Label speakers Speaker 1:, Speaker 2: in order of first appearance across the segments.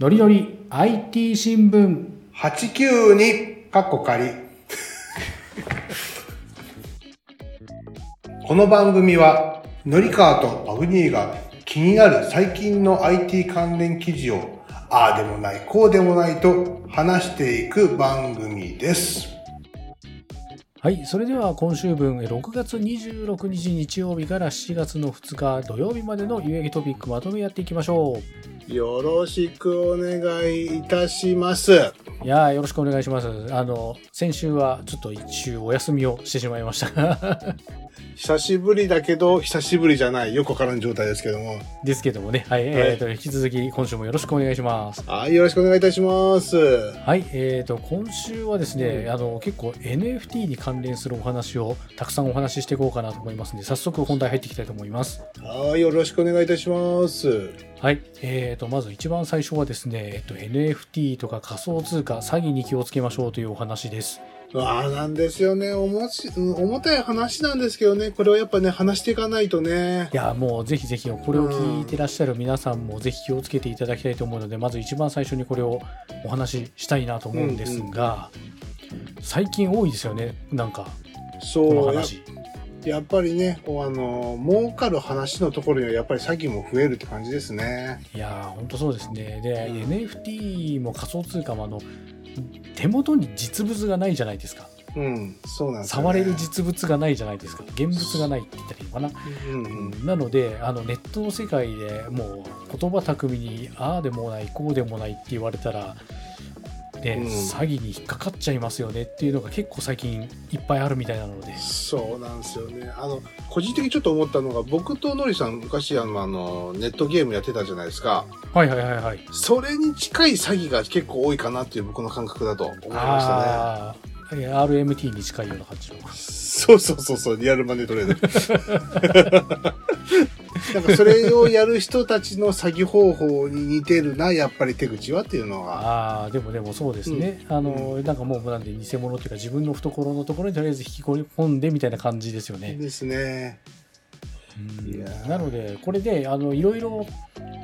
Speaker 1: ノリノリ IT 新聞
Speaker 2: 892かっこ仮 この番組はノリカーとバグニーが気になる最近の IT 関連記事をああでもないこうでもないと話していく番組です
Speaker 1: はいそれでは今週分え6月26日日曜日から7月の2日土曜日までの有益トピックまとめやっていきましょう
Speaker 2: よろしくお願いいたします
Speaker 1: いやーよろしくお願いしますあの先週はちょっと一周お休みをしてしまいました が
Speaker 2: 久しぶりだけど久しぶりじゃないよくわからん状態ですけども
Speaker 1: ですけどもねはい、えーと引き続き今週もよろしくお願いします
Speaker 2: はいよろしくお願いいたします
Speaker 1: はい、えー、と今週はですね、あの結構 NFT に関連するお話をたくさんお話ししていこうかなと思いますので早速本題入っていきたいと思います。
Speaker 2: はいよろしくお願いいたします
Speaker 1: はい、えー、とまず一番最初はですね、えっと、NFT とか仮想通貨詐欺に気をつけましょうというお話です。
Speaker 2: ああなんですよね。おもし、うん重たい話なんですけどね。これはやっぱね、話していかないとね
Speaker 1: い。やもうぜひぜひこれを聞いてらっしゃる皆さんもぜひ気をつけていただきたいと思うのでまず一番最初にこれをお話ししたいなと思うんですが、最近多いですよねなんかこの
Speaker 2: そうや、
Speaker 1: 話。
Speaker 2: やっぱりね、こうあの、儲かる話のところにはやっぱり詐欺も増えるって感じですね。
Speaker 1: いやー、本当そうですね。で、
Speaker 2: うん
Speaker 1: NFT も仮想通貨もあの、手元に実物がないじゃないですか。
Speaker 2: うん、そうなんですよね
Speaker 1: 触れる実物がないじゃないですか。現物がないって言ったらいいのかな。
Speaker 2: うんうん。
Speaker 1: なので、あのネットの世界でもう言葉巧みに、ああでもない、こうでもないって言われたら、ね
Speaker 2: うん
Speaker 1: 詐欺に引っかかっちゃいますよねっていうのが結構最近いっぱいあるみたいなので。
Speaker 2: そうなんですよね。あの、個人的にちょっと思ったのが、僕とのりさん昔あの、あの、ネットゲームやってたじゃないですか。
Speaker 1: はいはいはいはい。
Speaker 2: それに近い詐欺が結構多いかなっていう僕の感覚だと思いましたね。
Speaker 1: あーいや RMT に近いような感じの。
Speaker 2: そうそうそうそう、リアルマネートレード。 なんかそれをやる人たちの詐欺方法に似てるな、やっぱり手口はっていうのは。
Speaker 1: ああでもでもそうですね、あのなんかもうなんで偽物っていうか自分の懐のところにとりあえず引き込んでみたいな感じですよね、
Speaker 2: ですね。
Speaker 1: うん
Speaker 2: いやー
Speaker 1: なのでこれであのいろいろ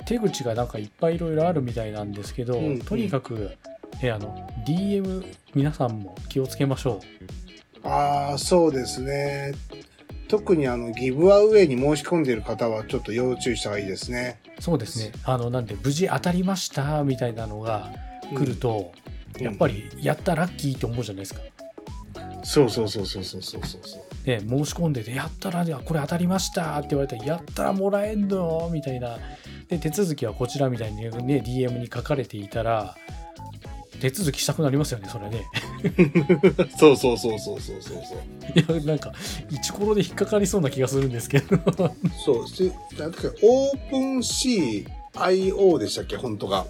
Speaker 1: 手口がなんかいっぱいいろいろあるみたいなんですけど、
Speaker 2: うん
Speaker 1: とにかく、えあの DM 皆さんも気をつけましょ
Speaker 2: ああ、そうですね。特にあの、ギブアウェイに申し込んでいる方はちょっと要注意した方がいいですね。
Speaker 1: うそうですねあのなんで無事当たりましたみたいなのが来ると、
Speaker 2: うん
Speaker 1: やっぱりやったラッキーと思うじゃないですか
Speaker 2: そうそうそうそうそうそう そうそう。
Speaker 1: ね、申し込んでて「やったらねこれ当たりました」って言われたら「やったらもらえんの?」みたいなで手続きはこちらみたいにね DM に書かれていたら手続きしたくなりますよねそれね
Speaker 2: そうそうそうそうそうそうそ
Speaker 1: い
Speaker 2: う。
Speaker 1: やなんか一コロで引っかかりそうな気がするんですけど
Speaker 2: そう、しなんだっけ、オープン CIO でしたっけ、本当が。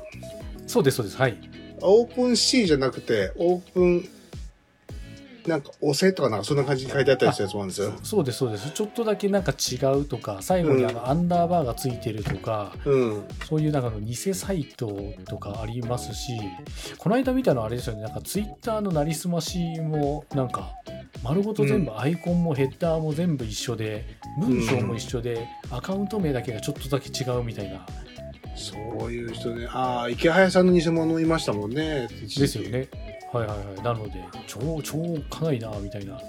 Speaker 1: そうですそうですはい
Speaker 2: オープン C じゃなくて、オープン、なんか、押せとかなんか、そんな感じに書いてあったりするやつもあるんですよ。
Speaker 1: そうですそうですちょっとだけなんか違うとか最後にあ
Speaker 2: う
Speaker 1: のアンダーバーがついてるとか、
Speaker 2: うん。
Speaker 1: そういうなんかあの偽サイトとかありますし、この間見たのあれですよね、なんかツイッターのなりすましも、なんか、丸ごと全部、アイコンもヘッダーも全部一緒で、文章も一緒で、アカウント名だけがちょっとだけ違うみたいな、
Speaker 2: そういう人ね。ああ、池早さんの偽物いましたもんね。で
Speaker 1: ですよ。ね。はいはいはい。なので、超、超かないな、みたいな。
Speaker 2: は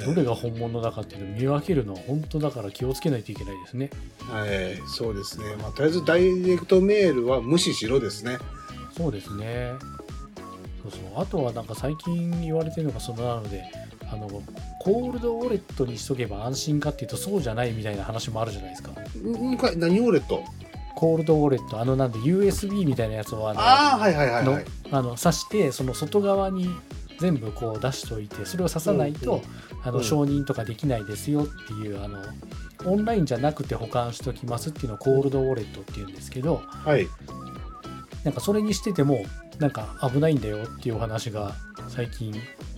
Speaker 2: い。
Speaker 1: どれが本物だかっていうのを見分けるのは、本当だから気をつけないといけないですね。
Speaker 2: はい。そうですね。まあ、とりあえず、ダイレクトメールは無視しろですね。
Speaker 1: そうですね。そうそう。あとはなんか最近言われてるのがそのなので、あのコールドウォレットにしとけば安心かっていうとそうじゃないみたいな話もあるじゃないですか。
Speaker 2: んんか何オレット
Speaker 1: コールドウォレットあのなんで USB みたいなやつをあの
Speaker 2: ああ、はいはいはいはい。
Speaker 1: のあの挿してその外側に全部こう出しといてそれを挿さないと、
Speaker 2: うんうん
Speaker 1: あ
Speaker 2: う
Speaker 1: の
Speaker 2: ん
Speaker 1: 承認とかできないですよっていうあのオンラインじゃなくて保管しときますっていうのをコールドウォレットっていうんですけど、
Speaker 2: はい。
Speaker 1: なんかそれにしててもなんか危ないんだよっていうお話が最近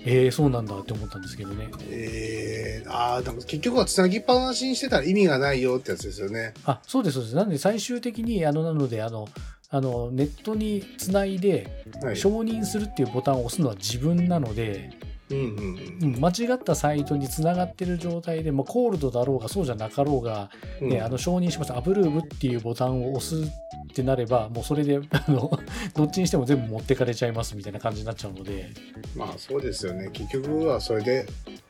Speaker 1: えー、そうなんだって思ったんですけどね
Speaker 2: えー、ああ、だから結局はつなぎっぱなしにしてたら意味がないよってやつですよね。
Speaker 1: あそうですそうですなんで最終的にあのなのであのあのネットにつないで
Speaker 2: はい。
Speaker 1: 承認するっていうボタンを押すのは自分なので、
Speaker 2: うんうんうん
Speaker 1: うん間違ったサイトにつながってる状態で、まあ、コールドだろうがそうじゃなかろうが、
Speaker 2: うん。
Speaker 1: ねあの承認しましたアプルーブっていうボタンを押すってなればもうそれで あのどっちにしても全部持ってかれちゃいますみたいな感じになっちゃうので
Speaker 2: まあそうですよね結局はそれで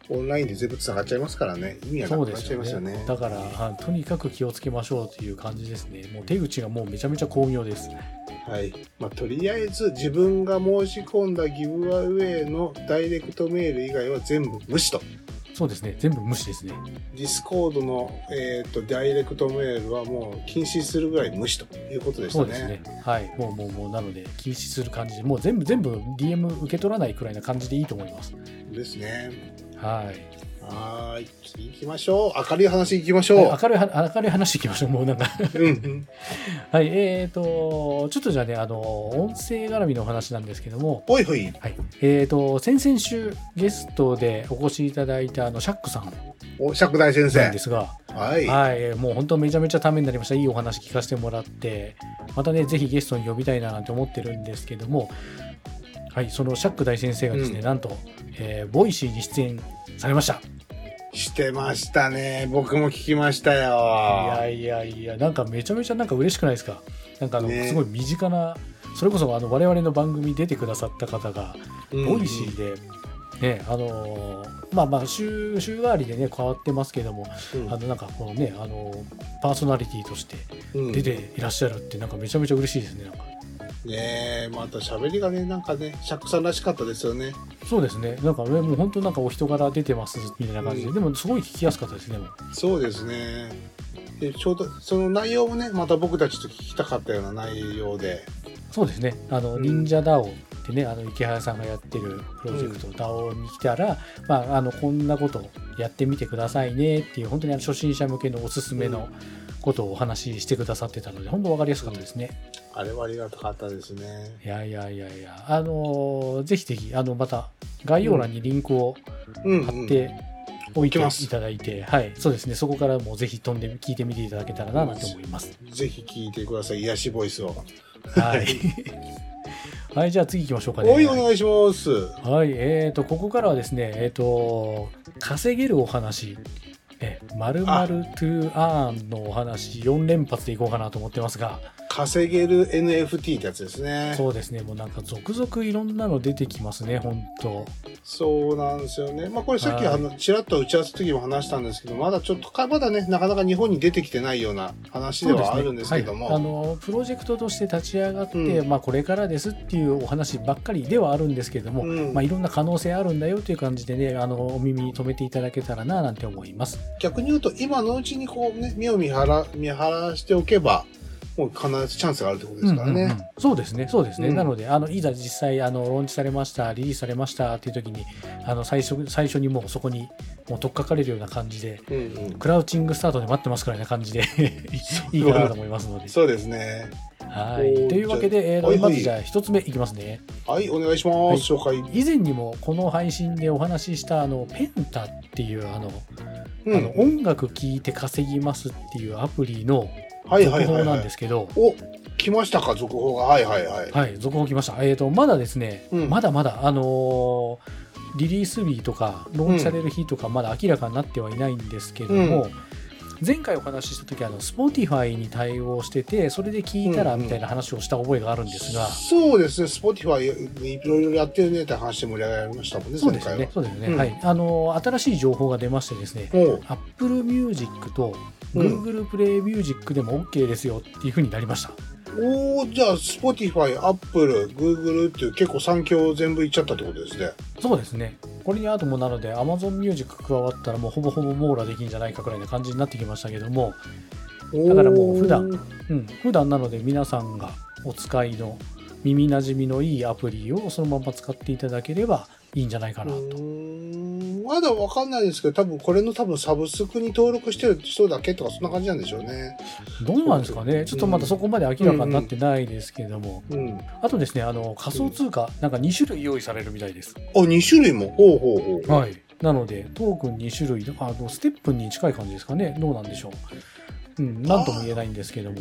Speaker 2: オンラインで全部つながっちゃいますからね意味が
Speaker 1: そ
Speaker 2: な
Speaker 1: う
Speaker 2: く
Speaker 1: で
Speaker 2: なっち
Speaker 1: す
Speaker 2: ゃい
Speaker 1: よ
Speaker 2: ますよね
Speaker 1: ねだからはいとにかく気をつけましょうという感じですねもう手口がもうめちゃめちゃ巧妙です
Speaker 2: はいまあ、とりあえず自分が申し込んだギブアウェイのダイレクトメール以外は全部無視と
Speaker 1: そうですね全部無視ですね
Speaker 2: ディスコードの、えー、とダイレクトメールはもう禁止するぐらい無視ということでし
Speaker 1: そ
Speaker 2: た
Speaker 1: うです
Speaker 2: ね
Speaker 1: ね。はい。もうもうもう、なので、禁止する感じで、もう全部全部 DM 受け取らないくらいな感じでいいと思います。
Speaker 2: ですね。
Speaker 1: はい。
Speaker 2: はーい。次行きましょう。明るい話行きましょう。
Speaker 1: はい明るいは、明るい話いきましょう。もうなんか。
Speaker 2: うんうん。
Speaker 1: はい。えーと、ちょっとじゃあね、あの、音声絡みのお話なんですけども、
Speaker 2: ほいほい。
Speaker 1: はい。えーと、先々週ゲストでお越しいただいた、あの、シャックさん
Speaker 2: お、釈大先
Speaker 1: なんで
Speaker 2: 生。
Speaker 1: すが、
Speaker 2: はい。
Speaker 1: はい、えーもう本当めちゃめちゃためになりました。いいお話聞かせてもらって、またね、ぜひゲストに呼びたいななんて思ってるんですけども、はい、そのシャック大先生がですね、
Speaker 2: うん
Speaker 1: なんと、えーボイシーに出演されました。
Speaker 2: してましたね。僕も聞きました
Speaker 1: いや
Speaker 2: よ。
Speaker 1: いやいや、なんかめちゃめちゃなんか嬉しくないですか。なんかあの、
Speaker 2: ね
Speaker 1: すごい身近な、それこそあの我々の番組に出てくださった方が、ボイシーで、ね、あのーまあまあ週、週替わりでね、変わってますけども、
Speaker 2: うん。
Speaker 1: あの、なんかこのね、あのパーソナリティとして、
Speaker 2: うん
Speaker 1: 出ていらっしゃるってなんかめちゃめちゃ嬉しいですねなんか
Speaker 2: ねえ、また喋りがね、なんかね、釈さんらしかったですよね。
Speaker 1: そうですねなんかねもう本当なんかお人柄出てますみたいな感じで、
Speaker 2: うん
Speaker 1: でもすごい聞きやすかったですねもう
Speaker 2: そうですね。で、ちょうど、その内容もね、また僕たちと聞きたかったような内容で。
Speaker 1: そうですねあの、
Speaker 2: うん
Speaker 1: 忍者 DAO ってねあの池原さんがやってるプロジェクト DAO に来たら、まああのこんなことやってみてくださいねっていう本当にあの初心者向けのおすすめのことをお話ししてくださってたので本当わかりやすかったですね、
Speaker 2: あれはありがたかったですね。
Speaker 1: いやいやいやいやあのーぜひぜひあのまた概要欄にリンクを
Speaker 2: うん、
Speaker 1: 貼っておいて
Speaker 2: きます
Speaker 1: いただいて、はい、そうですね、そこからもうぜひ飛んで聞いてみていただけたらななんて思います。
Speaker 2: ぜひ聞いてください。癒しボイスを。
Speaker 1: はい。 はい、じゃあ次行きましょうかね。
Speaker 2: おい、お願いします。
Speaker 1: はい、えーと、ここからはですね、えっ、と、稼げるお話、え、まるまるトゥアーンのお話、4連発でいこうかなと思ってますが、
Speaker 2: 稼げる NFT ってやつですね。そう
Speaker 1: そうですね、もうなんか続々いろんなの出てきますね、本当
Speaker 2: なんですよね。まあこれさっき
Speaker 1: はい
Speaker 2: あの、ちらっと打ち合わせの時も話したんですけど、まだちょっとか、まだね、なかなか日本に出てきてないような話ではあるんですけども。
Speaker 1: そうですねはいあのプロジェクトとして立ち上がって、
Speaker 2: うん
Speaker 1: まあ、これからですっていうお話ばっかりではあるんですけども、
Speaker 2: うん
Speaker 1: まあ、いろんな可能性あるんだよという感じでねあのお耳に留めていただけたらななんて思います。
Speaker 2: 逆に言うと、今のうちにこうね、目を見張ら、見張らしておけば、もう必ずチャンスがあるってことですからね。
Speaker 1: うんうんうんそうですね、そうですね。
Speaker 2: うん
Speaker 1: なので、あのいざ実際あのローンチされました、リリースされましたっていう時に、あの最初最初にもうそこにもう取っかかれるような感じで、
Speaker 2: うんうん
Speaker 1: クラウチングスタートで待ってますくらいな感じでいいかなと思いますので。
Speaker 2: そうですね。
Speaker 1: はい。というわけで、えー
Speaker 2: おいおい
Speaker 1: まずじゃあ一つ目いきますね。
Speaker 2: はい、お願いします。
Speaker 1: はい
Speaker 2: 紹介。
Speaker 1: 以前にもこの配信でお話ししたあのペンタっていうあの,、
Speaker 2: う
Speaker 1: あの音楽聴いて稼ぎますっていうアプリの
Speaker 2: はい
Speaker 1: 続
Speaker 2: はいは
Speaker 1: 報
Speaker 2: い、は
Speaker 1: なんで
Speaker 2: い。
Speaker 1: すけど、
Speaker 2: お、来ましたか、続報が。はいはいはい。
Speaker 1: はい、続報来ました。えっ、と、まだですね、
Speaker 2: うん
Speaker 1: まだまだ、あのーリリース日とか、ローンチされる日とか、まだ明らかになってはいないんですけども、前回お話しした時あの Spotify に対応しててそれで聞いたら
Speaker 2: うんうん
Speaker 1: みたいな話をした覚えがあるんですが、
Speaker 2: そうですね、Spotify いろいろやってるねって話で盛り上がりましたもんね、
Speaker 1: そうですよねそうですよね、
Speaker 2: うん
Speaker 1: はいあのー新しい情報が出ましてですね、
Speaker 2: 前回は。
Speaker 1: Apple Music と
Speaker 2: うん
Speaker 1: Google Play Music でも OK ですよっていう風になりました。
Speaker 2: おおーじゃあ Spotify、Apple、Google っていう結構3強全部いっちゃったってことですね。
Speaker 1: そうですね。これにあともなので Amazon Music 加わったらもうほぼほぼ網羅できんじゃないかくらいな感じになってきましたけども、
Speaker 2: だ
Speaker 1: からもう普段。うん、普段なので皆さんがお使いの耳なじみのいいアプリをそのまま使っていただければいいんじゃないか
Speaker 2: う
Speaker 1: なと。
Speaker 2: ーんまだわかんないですけど、多分これの多分サブスクに登録してる人だけとかそんな感じなんでしょうね。
Speaker 1: どうなんですかねちょっとまだそこまで明らかになってないですけども、
Speaker 2: うん。
Speaker 1: あとですね、あの仮想通貨、なんか2種類用意されるみたいです。
Speaker 2: あ、2種類も。ほうほうほう。
Speaker 1: はい、なのでトークン2種類あのステップに近い感じですかねどうなんでしょう、うん、なんとも言えないんですけども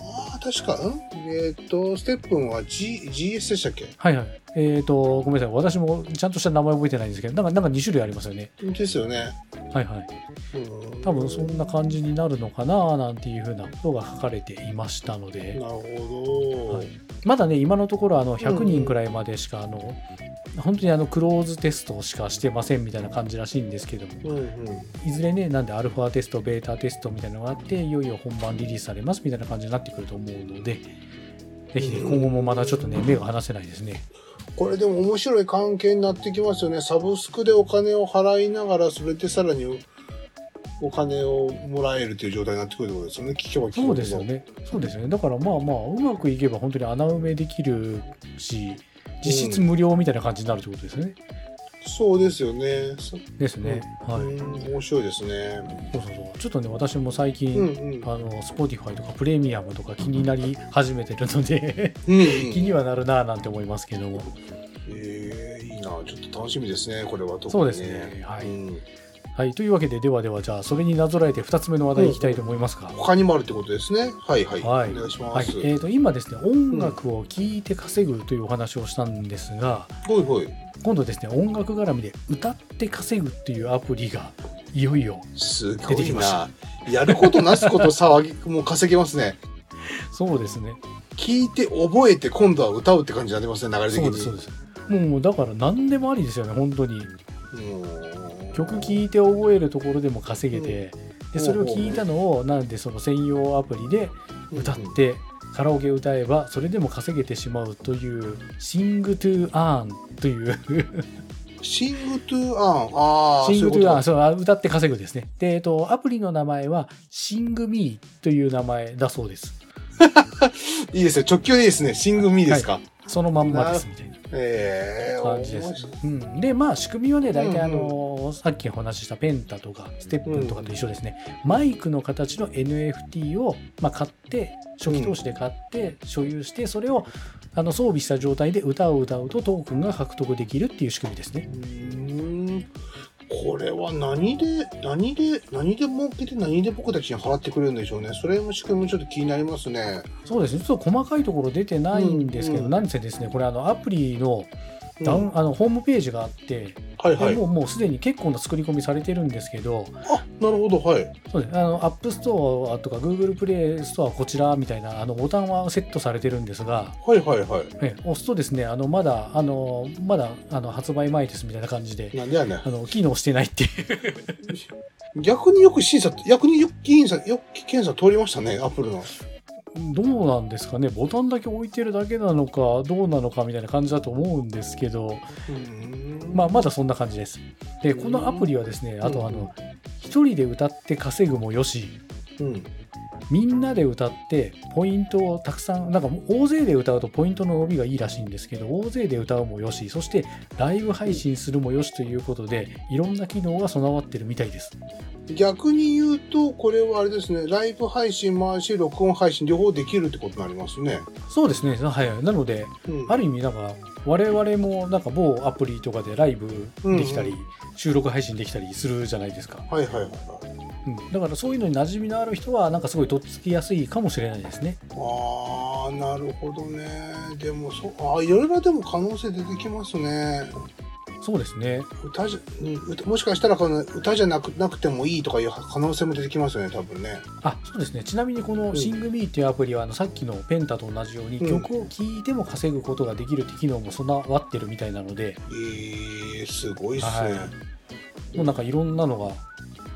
Speaker 2: ああ、確か、んえっ、と、ステップンは、G、GS でしたっけ
Speaker 1: はいはいえー、とごめんなさい私もちゃんとした名前覚えてないんですけどなんかなんか2種類ありますよね
Speaker 2: ですよね。
Speaker 1: はいはい
Speaker 2: うん
Speaker 1: 多分そんな感じになるのかななんていうふうなことが書かれていましたので
Speaker 2: なるほど、
Speaker 1: はいまだね今のところあの100人くらいまでしかあの本当にあのクローズテストしかしてませんみたいな感じらしいんですけども
Speaker 2: うんうん
Speaker 1: いずれねなんでアルファテストベータテストみたいなのがあっていよいよ本番リリースされますみたいな感じになってくると思うのでぜひね
Speaker 2: うん
Speaker 1: 今後もまだちょっとね目が離せないですね
Speaker 2: これでも面白い関係になってきますよねサブスクでお金を払いながらそれでさらにおお金をもらえるという状態になってくるってことですよね聞けば聞くほ
Speaker 1: そう
Speaker 2: ど
Speaker 1: ですよねそうですよねだからまあまあうまくいけば本当に穴埋めできるし実質無料みたいな感じになるってことですよね、
Speaker 2: そうですよね、そ
Speaker 1: ですね、はい、
Speaker 2: うん面白いですね
Speaker 1: そうそうそうちょっとね私も最近、
Speaker 2: うんうん
Speaker 1: あの Spotify とかプレミアムとか気になり始めてるので
Speaker 2: うんうん
Speaker 1: 気にはなるなぁなんて思いますけども
Speaker 2: えーいいなちょっと楽しみですねこれは特に、ね、
Speaker 1: そうですねはい
Speaker 2: うん
Speaker 1: はいというわけでではではじゃあそれになぞらえて2つ目の話題いきたいと思いますか、
Speaker 2: 他にもあるってことですねはいはい、
Speaker 1: はい
Speaker 2: お願いしま
Speaker 1: はい
Speaker 2: す、はい
Speaker 1: えー、と今ですね音楽を聴いて稼ぐというお話をしたんですが、
Speaker 2: ほいほい
Speaker 1: 今度ですね音楽絡みで歌って稼ぐっていうアプリがいよいよ
Speaker 2: すご
Speaker 1: 出てき
Speaker 2: い
Speaker 1: まし
Speaker 2: なやることなすこと騒ぎもう稼げますね
Speaker 1: そうですね
Speaker 2: 聞いて覚えて今度は歌うって感じになりますね流れ的
Speaker 1: そう
Speaker 2: に
Speaker 1: ですそうですもうだから何でもありですよね本当に
Speaker 2: うん
Speaker 1: 曲聴いて覚えるところでも稼げて、でそれを聞いたのをなんでその専用アプリで歌ってカラオケ歌えばそれでも稼げてしまうという「Sing to Earn」という
Speaker 2: シングトゥーアンああ
Speaker 1: Sing to Earn
Speaker 2: ン
Speaker 1: そうあ歌って稼ぐですねで、えっと、アプリの名前は「Sing Me」という名前だそうです
Speaker 2: いいですね直球でいいですねシングミーですか、
Speaker 1: そのまんまですみたいな
Speaker 2: ええー、
Speaker 1: 感じです
Speaker 2: 面白い、
Speaker 1: うん、でまあ仕組みはね大体あ
Speaker 2: う
Speaker 1: の、さっきお話ししたペンタとかステップとかと一緒ですね、マイクの形の NFT を、まあ、買って初期投資で買って所有してそれをあの装備した状態で歌を歌うとトークンが獲得できるっていう仕組みですね。
Speaker 2: うーんこれは何で何で何で儲けて何で僕たちに払ってくれるんでしょうねそれも仕組みもちょっと気になりますね
Speaker 1: そうですねちょっと細かいところ出てないんですけど、
Speaker 2: うん
Speaker 1: なんせですねこれあのアプリの
Speaker 2: うん
Speaker 1: ダウン、あのホームページがあって、
Speaker 2: はいはい
Speaker 1: でもうもうすでに結構な作り込みされてるんですけど、
Speaker 2: あなるほどはい
Speaker 1: そうですあのアップストアとか Google プレイストアこちらみたいなあのボタンはセットされてるんですが、
Speaker 2: はいはいは
Speaker 1: え押すとですねあのまだあのまだあの発売前ですみたいな感じ
Speaker 2: い
Speaker 1: で
Speaker 2: なんでやねん
Speaker 1: あの機能してないっていう
Speaker 2: 逆によく審査逆によく検査よく検査通りましたねアップルの
Speaker 1: どうなんですかねボタンだけ置いてるだけなのかどうなのかみたいな感じだと思うんですけど、まあ、まだそんな感じですでこのアプリはですねあとあの一人で歌って稼ぐもよし
Speaker 2: うん
Speaker 1: みんなで歌ってポイントをたくさんなんか大勢で歌うとポイントの伸びがいいらしいんですけど大勢で歌うもよしそしてライブ配信するもよしということでいろんな機能が備わってるみたいです
Speaker 2: 逆に言うとこれはあれですねライブ配信もあるし録音配信両方できるってことになりますね、
Speaker 1: そうですねはいなので
Speaker 2: うん、
Speaker 1: ある意味なんか我々もなんか某アプリとかでライブできたり、
Speaker 2: うん
Speaker 1: 収録配信できたりするじゃないですか、
Speaker 2: はいはいはいはい
Speaker 1: うん、だからそういうのに馴染みのある人はなんかすごいとっつきやすいかもしれないですね
Speaker 2: あーなるほどねでもそあーいろいろでも可能性出てきますね
Speaker 1: そうですね
Speaker 2: 歌じゃ、うん、歌もしかしたらこの歌じゃなくなくてもいいとかいう可能性も出てきますよね多分ね
Speaker 1: あそうですねちなみにこ
Speaker 2: う
Speaker 1: の
Speaker 2: ん
Speaker 1: SingMe っていうアプリはあのさっきのペンタと同じように
Speaker 2: うん
Speaker 1: 曲を聴いても稼ぐことができるって機能も備わってるみたいなので
Speaker 2: えー、すごいっすね、
Speaker 1: はもうなんかいろんなのが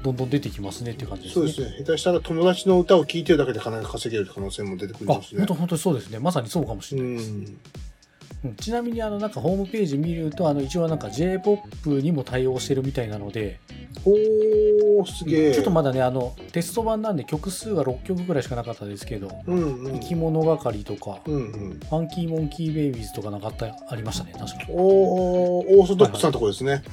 Speaker 1: どんどん出てきますねっていう感じです
Speaker 2: そう
Speaker 1: ね。
Speaker 2: ですね下手したら友達の歌を聴いてるだけで金が稼げる可能性も出てくるん
Speaker 1: あ
Speaker 2: ですね
Speaker 1: 本当本当にそうですねまさにそうかもしれ
Speaker 2: う
Speaker 1: ない、
Speaker 2: ん
Speaker 1: うんちなみにあのなんかホームページ見るとあの一応はなんか j p o p にも対応してるみたいなので
Speaker 2: おーすげえ、
Speaker 1: ちょっとまだねあのテスト版なんで曲数が6曲ぐらいしかなかったですけど「
Speaker 2: うんうん
Speaker 1: 生き物係」とか「
Speaker 2: うんうん
Speaker 1: ファンキーモンキーベイビーズ」とかなんかあったありましたね確か
Speaker 2: おーオーソドックスなところですね、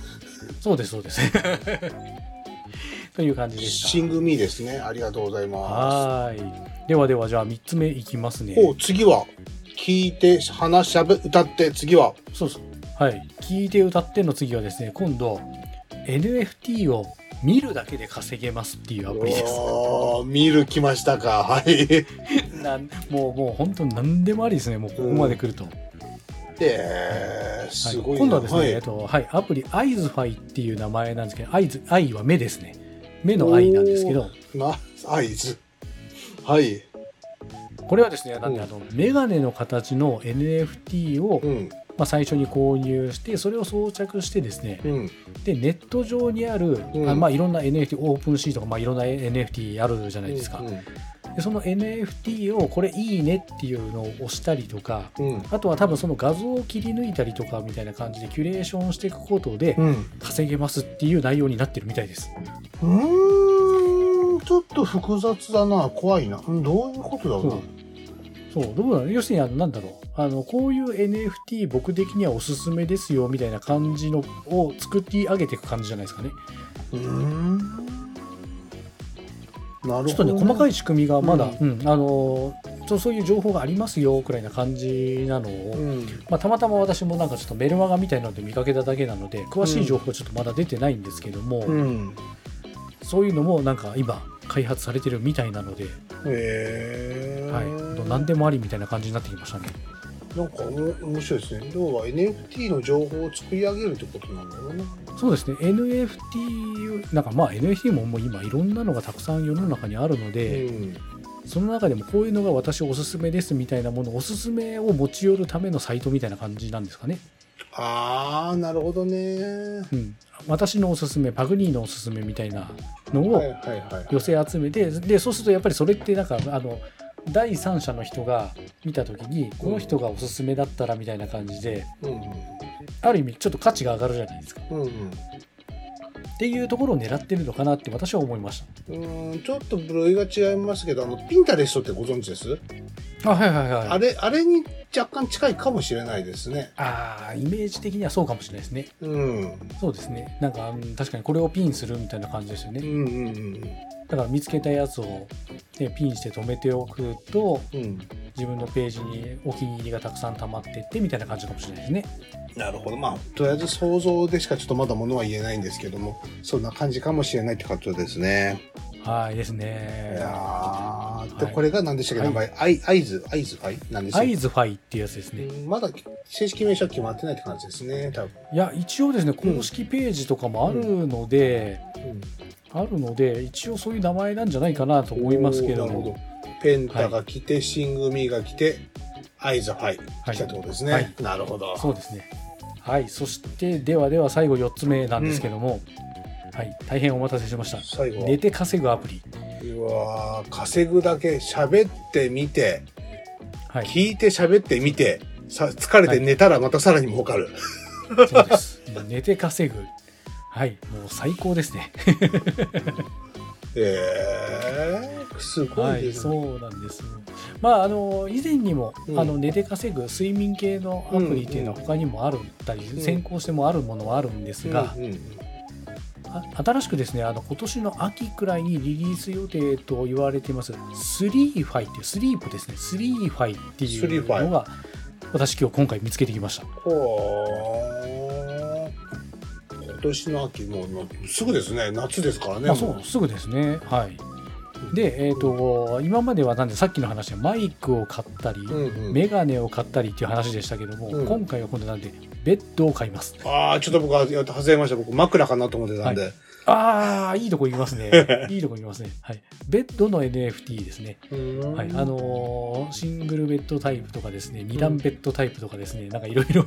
Speaker 1: そうです、そうです。 という感じで
Speaker 2: シ
Speaker 1: し
Speaker 2: ングミーですねありがとうござい
Speaker 1: た。
Speaker 2: ま
Speaker 1: はーい。ではでは、じゃあ3つ目いきますね
Speaker 2: す。お次は聞いて話しゃべ歌って次は
Speaker 1: そうそう。はい。聞いて歌っての次はですね、今度、NFT を見るだけで稼げますっていうアプリです。
Speaker 2: おー見る来ましたかはい
Speaker 1: なんもう、もう本当に何でもありですね、もうここまで来ると。
Speaker 2: えー、すごいな、
Speaker 1: 今度はですね、
Speaker 2: はい
Speaker 1: えっとはい、アプリ iZFi っていう名前なんですけど i 愛は目ですね目の愛なんですけど
Speaker 2: な、合図。はい。
Speaker 1: これはですねなんで
Speaker 2: うん
Speaker 1: あのメガネの形の NFT を、
Speaker 2: うん。
Speaker 1: まあ、最初に購入してそれを装着してですね
Speaker 2: うん。
Speaker 1: でネット上にある、
Speaker 2: うん
Speaker 1: あまあ、いろんな NFT オープンシーとか、まあ、いろんな NFT あるじゃないですか、
Speaker 2: う
Speaker 1: でその NFT をこれいいねっていうのを押したりとか
Speaker 2: ん。うん。
Speaker 1: あとは多分その画像を切り抜いたりとかみたいな感じでキュレーションしていくことで
Speaker 2: うん。
Speaker 1: 稼げますっていう内容になってるみたいです。
Speaker 2: うーんちょっと複雑だな怖いなうんどういうことだろうな
Speaker 1: そうどうなの要するにあのなんだろうあのこういう NFT 僕的にはおすすめですよみたいな感じのを作り上げていく感じじゃないですかね。
Speaker 2: うーんなるほど、
Speaker 1: ちょっとね細かい仕組みがまだ、
Speaker 2: う
Speaker 1: うんあのそうそういう情報がありますよくらいな感じなのを、
Speaker 2: うん
Speaker 1: まあ、たまたま私もなんかちょっとメルマガみたいなので見かけただけなので詳しい情報はちょっとまだ出てないんですけども、
Speaker 2: うん
Speaker 1: そういうのもなんか今開発されてるみたいなので、
Speaker 2: へえ
Speaker 1: はい、ほんと何でもありみたいな感じになってきましたね。
Speaker 2: なんかお面白いですね要は NFT の情報を作り上げるってことなんだろうな
Speaker 1: そうですね NFT なんかまあ NFT ももう今いろんなのがたくさん世の中にあるので、
Speaker 2: うん
Speaker 1: その中でもこういうのが私おすすめですみたいなものおすすめを持ち寄るためのサイトみたいな感じなんですかね、
Speaker 2: ああなるほどね
Speaker 1: うん、私のおすすめパグニーのおすすめみたいなのを、
Speaker 2: はいはいはい
Speaker 1: 寄せ集めてでそうするとやっぱりそれってなんかあの第三者の人が見た時にこの人がおすすめだったらみたいな感じで
Speaker 2: うん
Speaker 1: ある意味ちょっと価値が上がるじゃないですか
Speaker 2: うんうん
Speaker 1: っていうところを狙ってるのかなって私は思いまし
Speaker 2: うんうんちょっと部類が違いますけどあのピンタレストってご存知です
Speaker 1: たあはいはいはい
Speaker 2: あれ、あれに若干近いかもしれないですね。
Speaker 1: あーイメージ的にはそうかもしれないですね
Speaker 2: うん。
Speaker 1: そうですねなんか、うん確かにこれをピンするみたいな感じですよ
Speaker 2: うん
Speaker 1: ね
Speaker 2: うんうん
Speaker 1: だから見つけたやつを、ね、ピンして止めておくと
Speaker 2: うん。
Speaker 1: 自分のページにお気に入りがたくさん溜まってってみたいな感じかもしれないですね
Speaker 2: なるほど。まあ、とりあえず想像でしかちょっとまだものは言えないんですけども、そんな感じかもしれないってことですね。
Speaker 1: はいです
Speaker 2: い
Speaker 1: ね
Speaker 2: やー。で、
Speaker 1: はい
Speaker 2: これが何でしたっけ、名前。アイ、アイズ、アイズファイなんです
Speaker 1: ア
Speaker 2: よ。
Speaker 1: イズファイっていうやつですね、
Speaker 2: うんまだ正式名称は決まってないって感じですね、多分。
Speaker 1: いや一応ですね公式ページとかもあるので、あるので一応そういう名前なんじゃないかなと思いますけど
Speaker 2: おーなる
Speaker 1: も
Speaker 2: ほど。ペンタが来て、シングミーが来て、アイズファイ来たってことですね。
Speaker 1: はい
Speaker 2: なるほど。
Speaker 1: そうですねはいそしてではでは最後4つ目なんですけども、はい大変お待たせしました
Speaker 2: 最後は
Speaker 1: 寝て稼ぐアプリ
Speaker 2: うわー稼ぐだけ喋ってみて
Speaker 1: はい
Speaker 2: 聞いて喋ってみてさ疲れて寝たらまたさらに儲かる、
Speaker 1: そうですもう寝て稼ぐはいもう最高ですね
Speaker 2: えー、すご
Speaker 1: はいい、
Speaker 2: ですね、
Speaker 1: そうなんですよ。まああの以前にも、
Speaker 2: うん
Speaker 1: あの寝て稼ぐ睡眠系のアプリっていうのは他にもあるったり、
Speaker 2: ん
Speaker 1: 先行してもあるものはあるんですが、あ新しくですねあの今年の秋くらいにリリース予定と言われていますスリーファイっていうスリープですねスリーファイって
Speaker 2: スリ
Speaker 1: い
Speaker 2: ー
Speaker 1: う
Speaker 2: ファイ
Speaker 1: のが私今日今回見つけてきました
Speaker 2: ほー今年の秋もうもうすぐですね夏ですからね
Speaker 1: あそうすぐですねはいでえっ、と今まではなんでさっきの話でマイクを買ったり、
Speaker 2: うんうん
Speaker 1: メガネを買ったりっていう話でしたけども、
Speaker 2: うん
Speaker 1: 今回は今度なんでベッドを買います
Speaker 2: ああちょっと僕はやっと外れました僕枕かなと思ってたんで、
Speaker 1: ああいいとこ行きますねいいとこ行きますねはいベッドの NFT ですね
Speaker 2: うーん
Speaker 1: はいあのーシングルベッドタイプとかですね二段ベッドタイプとかですねなんかいろいろ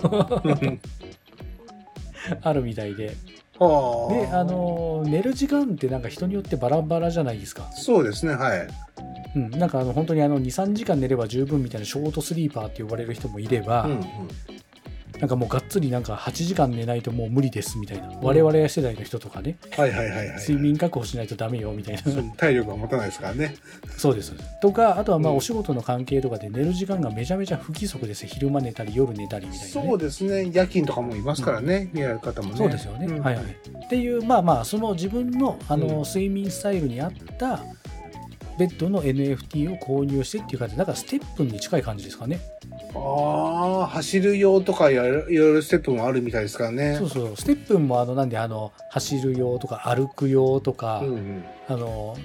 Speaker 1: あるみたいで
Speaker 2: は
Speaker 1: であのー寝る時間ってなんか人によってバラバラじゃないですか
Speaker 2: そうですねはい
Speaker 1: うんなんかあの本当にあの23時間寝れば十分みたいなショートスリーパーって呼ばれる人もいれば、
Speaker 2: うん
Speaker 1: なんかもうがっつりなんか8時間寝ないともう無理ですみたいな我々世代の人とかね
Speaker 2: はいはいはいはい
Speaker 1: 睡眠確保しないとダメよみたいな
Speaker 2: そう体力が持たないですからね
Speaker 1: そうですとかあとはまあ
Speaker 2: うん
Speaker 1: お仕事の関係とかで寝る時間がめちゃめちゃ不規則です昼間寝たり夜寝たりみたいな、ね、
Speaker 2: そうですね夜勤とかもいますからね、見られる方もね
Speaker 1: そうですよね、
Speaker 2: うん
Speaker 1: はいはいっていうまあまあその自分のあ
Speaker 2: うん
Speaker 1: の睡眠スタイルに合ったベッドの NFT を購入してっていう感じでなんかステップに近い感じですかね
Speaker 2: ああ走る用とかやるいろいろステップもあるみたいですからね
Speaker 1: そうそうステップンもあのなんであの走る用とか歩く用とか、
Speaker 2: うんうん
Speaker 1: あの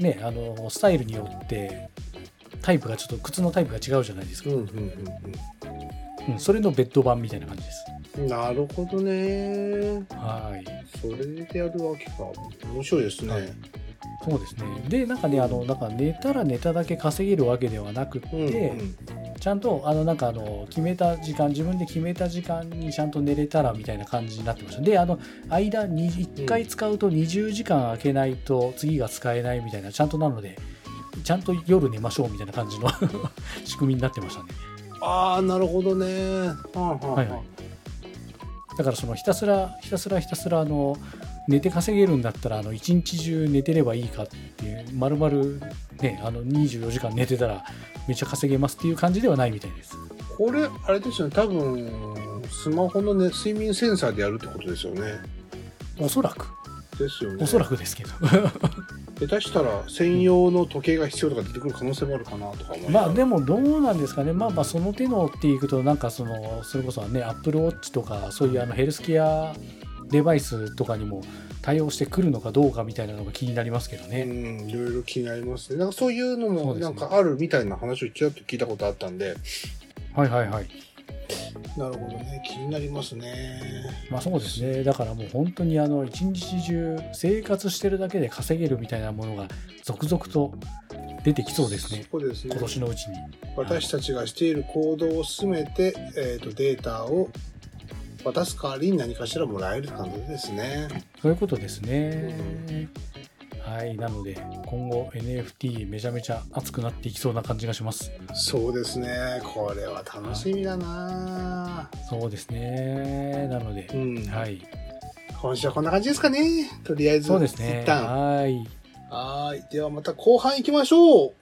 Speaker 1: ねあのスタイルによってタイプがちょっと靴のタイプが違うじゃないですか
Speaker 2: うんうんうんうん
Speaker 1: うん、それのベッド版みたいな感じです。
Speaker 2: なるほどね。
Speaker 1: はい。
Speaker 2: それでやるわけか。面白いですね。
Speaker 1: はいそうですね。で、なんかね、あの、なんか寝たら寝ただけ稼げるわけではなくって、
Speaker 2: うんうん
Speaker 1: ちゃんと、あの、なんかあの、決めた時間、自分で決めた時間にちゃんと寝れたらみたいな感じになってました。で、あの、間に、1回使うと20時間空けないと次が使えないみたいな、ちゃんとなので、ちゃんと夜寝ましょうみたいな感じの 仕組みになってましたね。
Speaker 2: ああ、なるほどね。はあはあはあ
Speaker 1: はいはいだからそのひたすらひたすらひたすらあの寝て稼げるんだったらあの一日中寝てればいいかっていうまるまるねあの24時間寝てたらめっちゃ稼げますっていう感じではないみたいです
Speaker 2: これ、あれですよね。多分、スマホのね、睡眠センサーでやるってことですよね。
Speaker 1: おそらく
Speaker 2: ですよね。
Speaker 1: おそらくですけど
Speaker 2: 下手したら専用の時計が必要とか出てくる可能性もあるかなとか思いな
Speaker 1: ま
Speaker 2: が
Speaker 1: あ
Speaker 2: ら
Speaker 1: でもどうなんですかねまあまあその手のっていくとなんかそのそれこそねアップルウォッチとかそういうあのヘルスケアデバイスとかにも対応してくるのかどうかみたいなのが気になりますけどね、
Speaker 2: うん、いろいろ気になりますね。なんかそういうの
Speaker 1: そ
Speaker 2: も
Speaker 1: うです
Speaker 2: な
Speaker 1: ね
Speaker 2: んかあるみたいな話をちらっと聞いたことあったんで、
Speaker 1: はいはいはい
Speaker 2: なるほどね、気になりますね。
Speaker 1: まあそうですねだからもう本当にあの一日中生活してるだけで稼げるみたいなものが続々と出てきそうですね
Speaker 2: そうですね
Speaker 1: 今。年のうちに
Speaker 2: 私たちがしている行動を進めて、えー、とデータを渡す代わりに何かしらもらえる感じですね。
Speaker 1: そういうことですねはいなので今後 NFT めちゃめちゃ熱くなっていきそうな感じがします
Speaker 2: そうですね。これは楽しみだな、
Speaker 1: そうですねなので
Speaker 2: うん。
Speaker 1: はい
Speaker 2: 今週はこんな感じですかね。とりあえず、
Speaker 1: そうですね
Speaker 2: 一旦。
Speaker 1: はい
Speaker 2: はーい。ではまた後半行きましょう。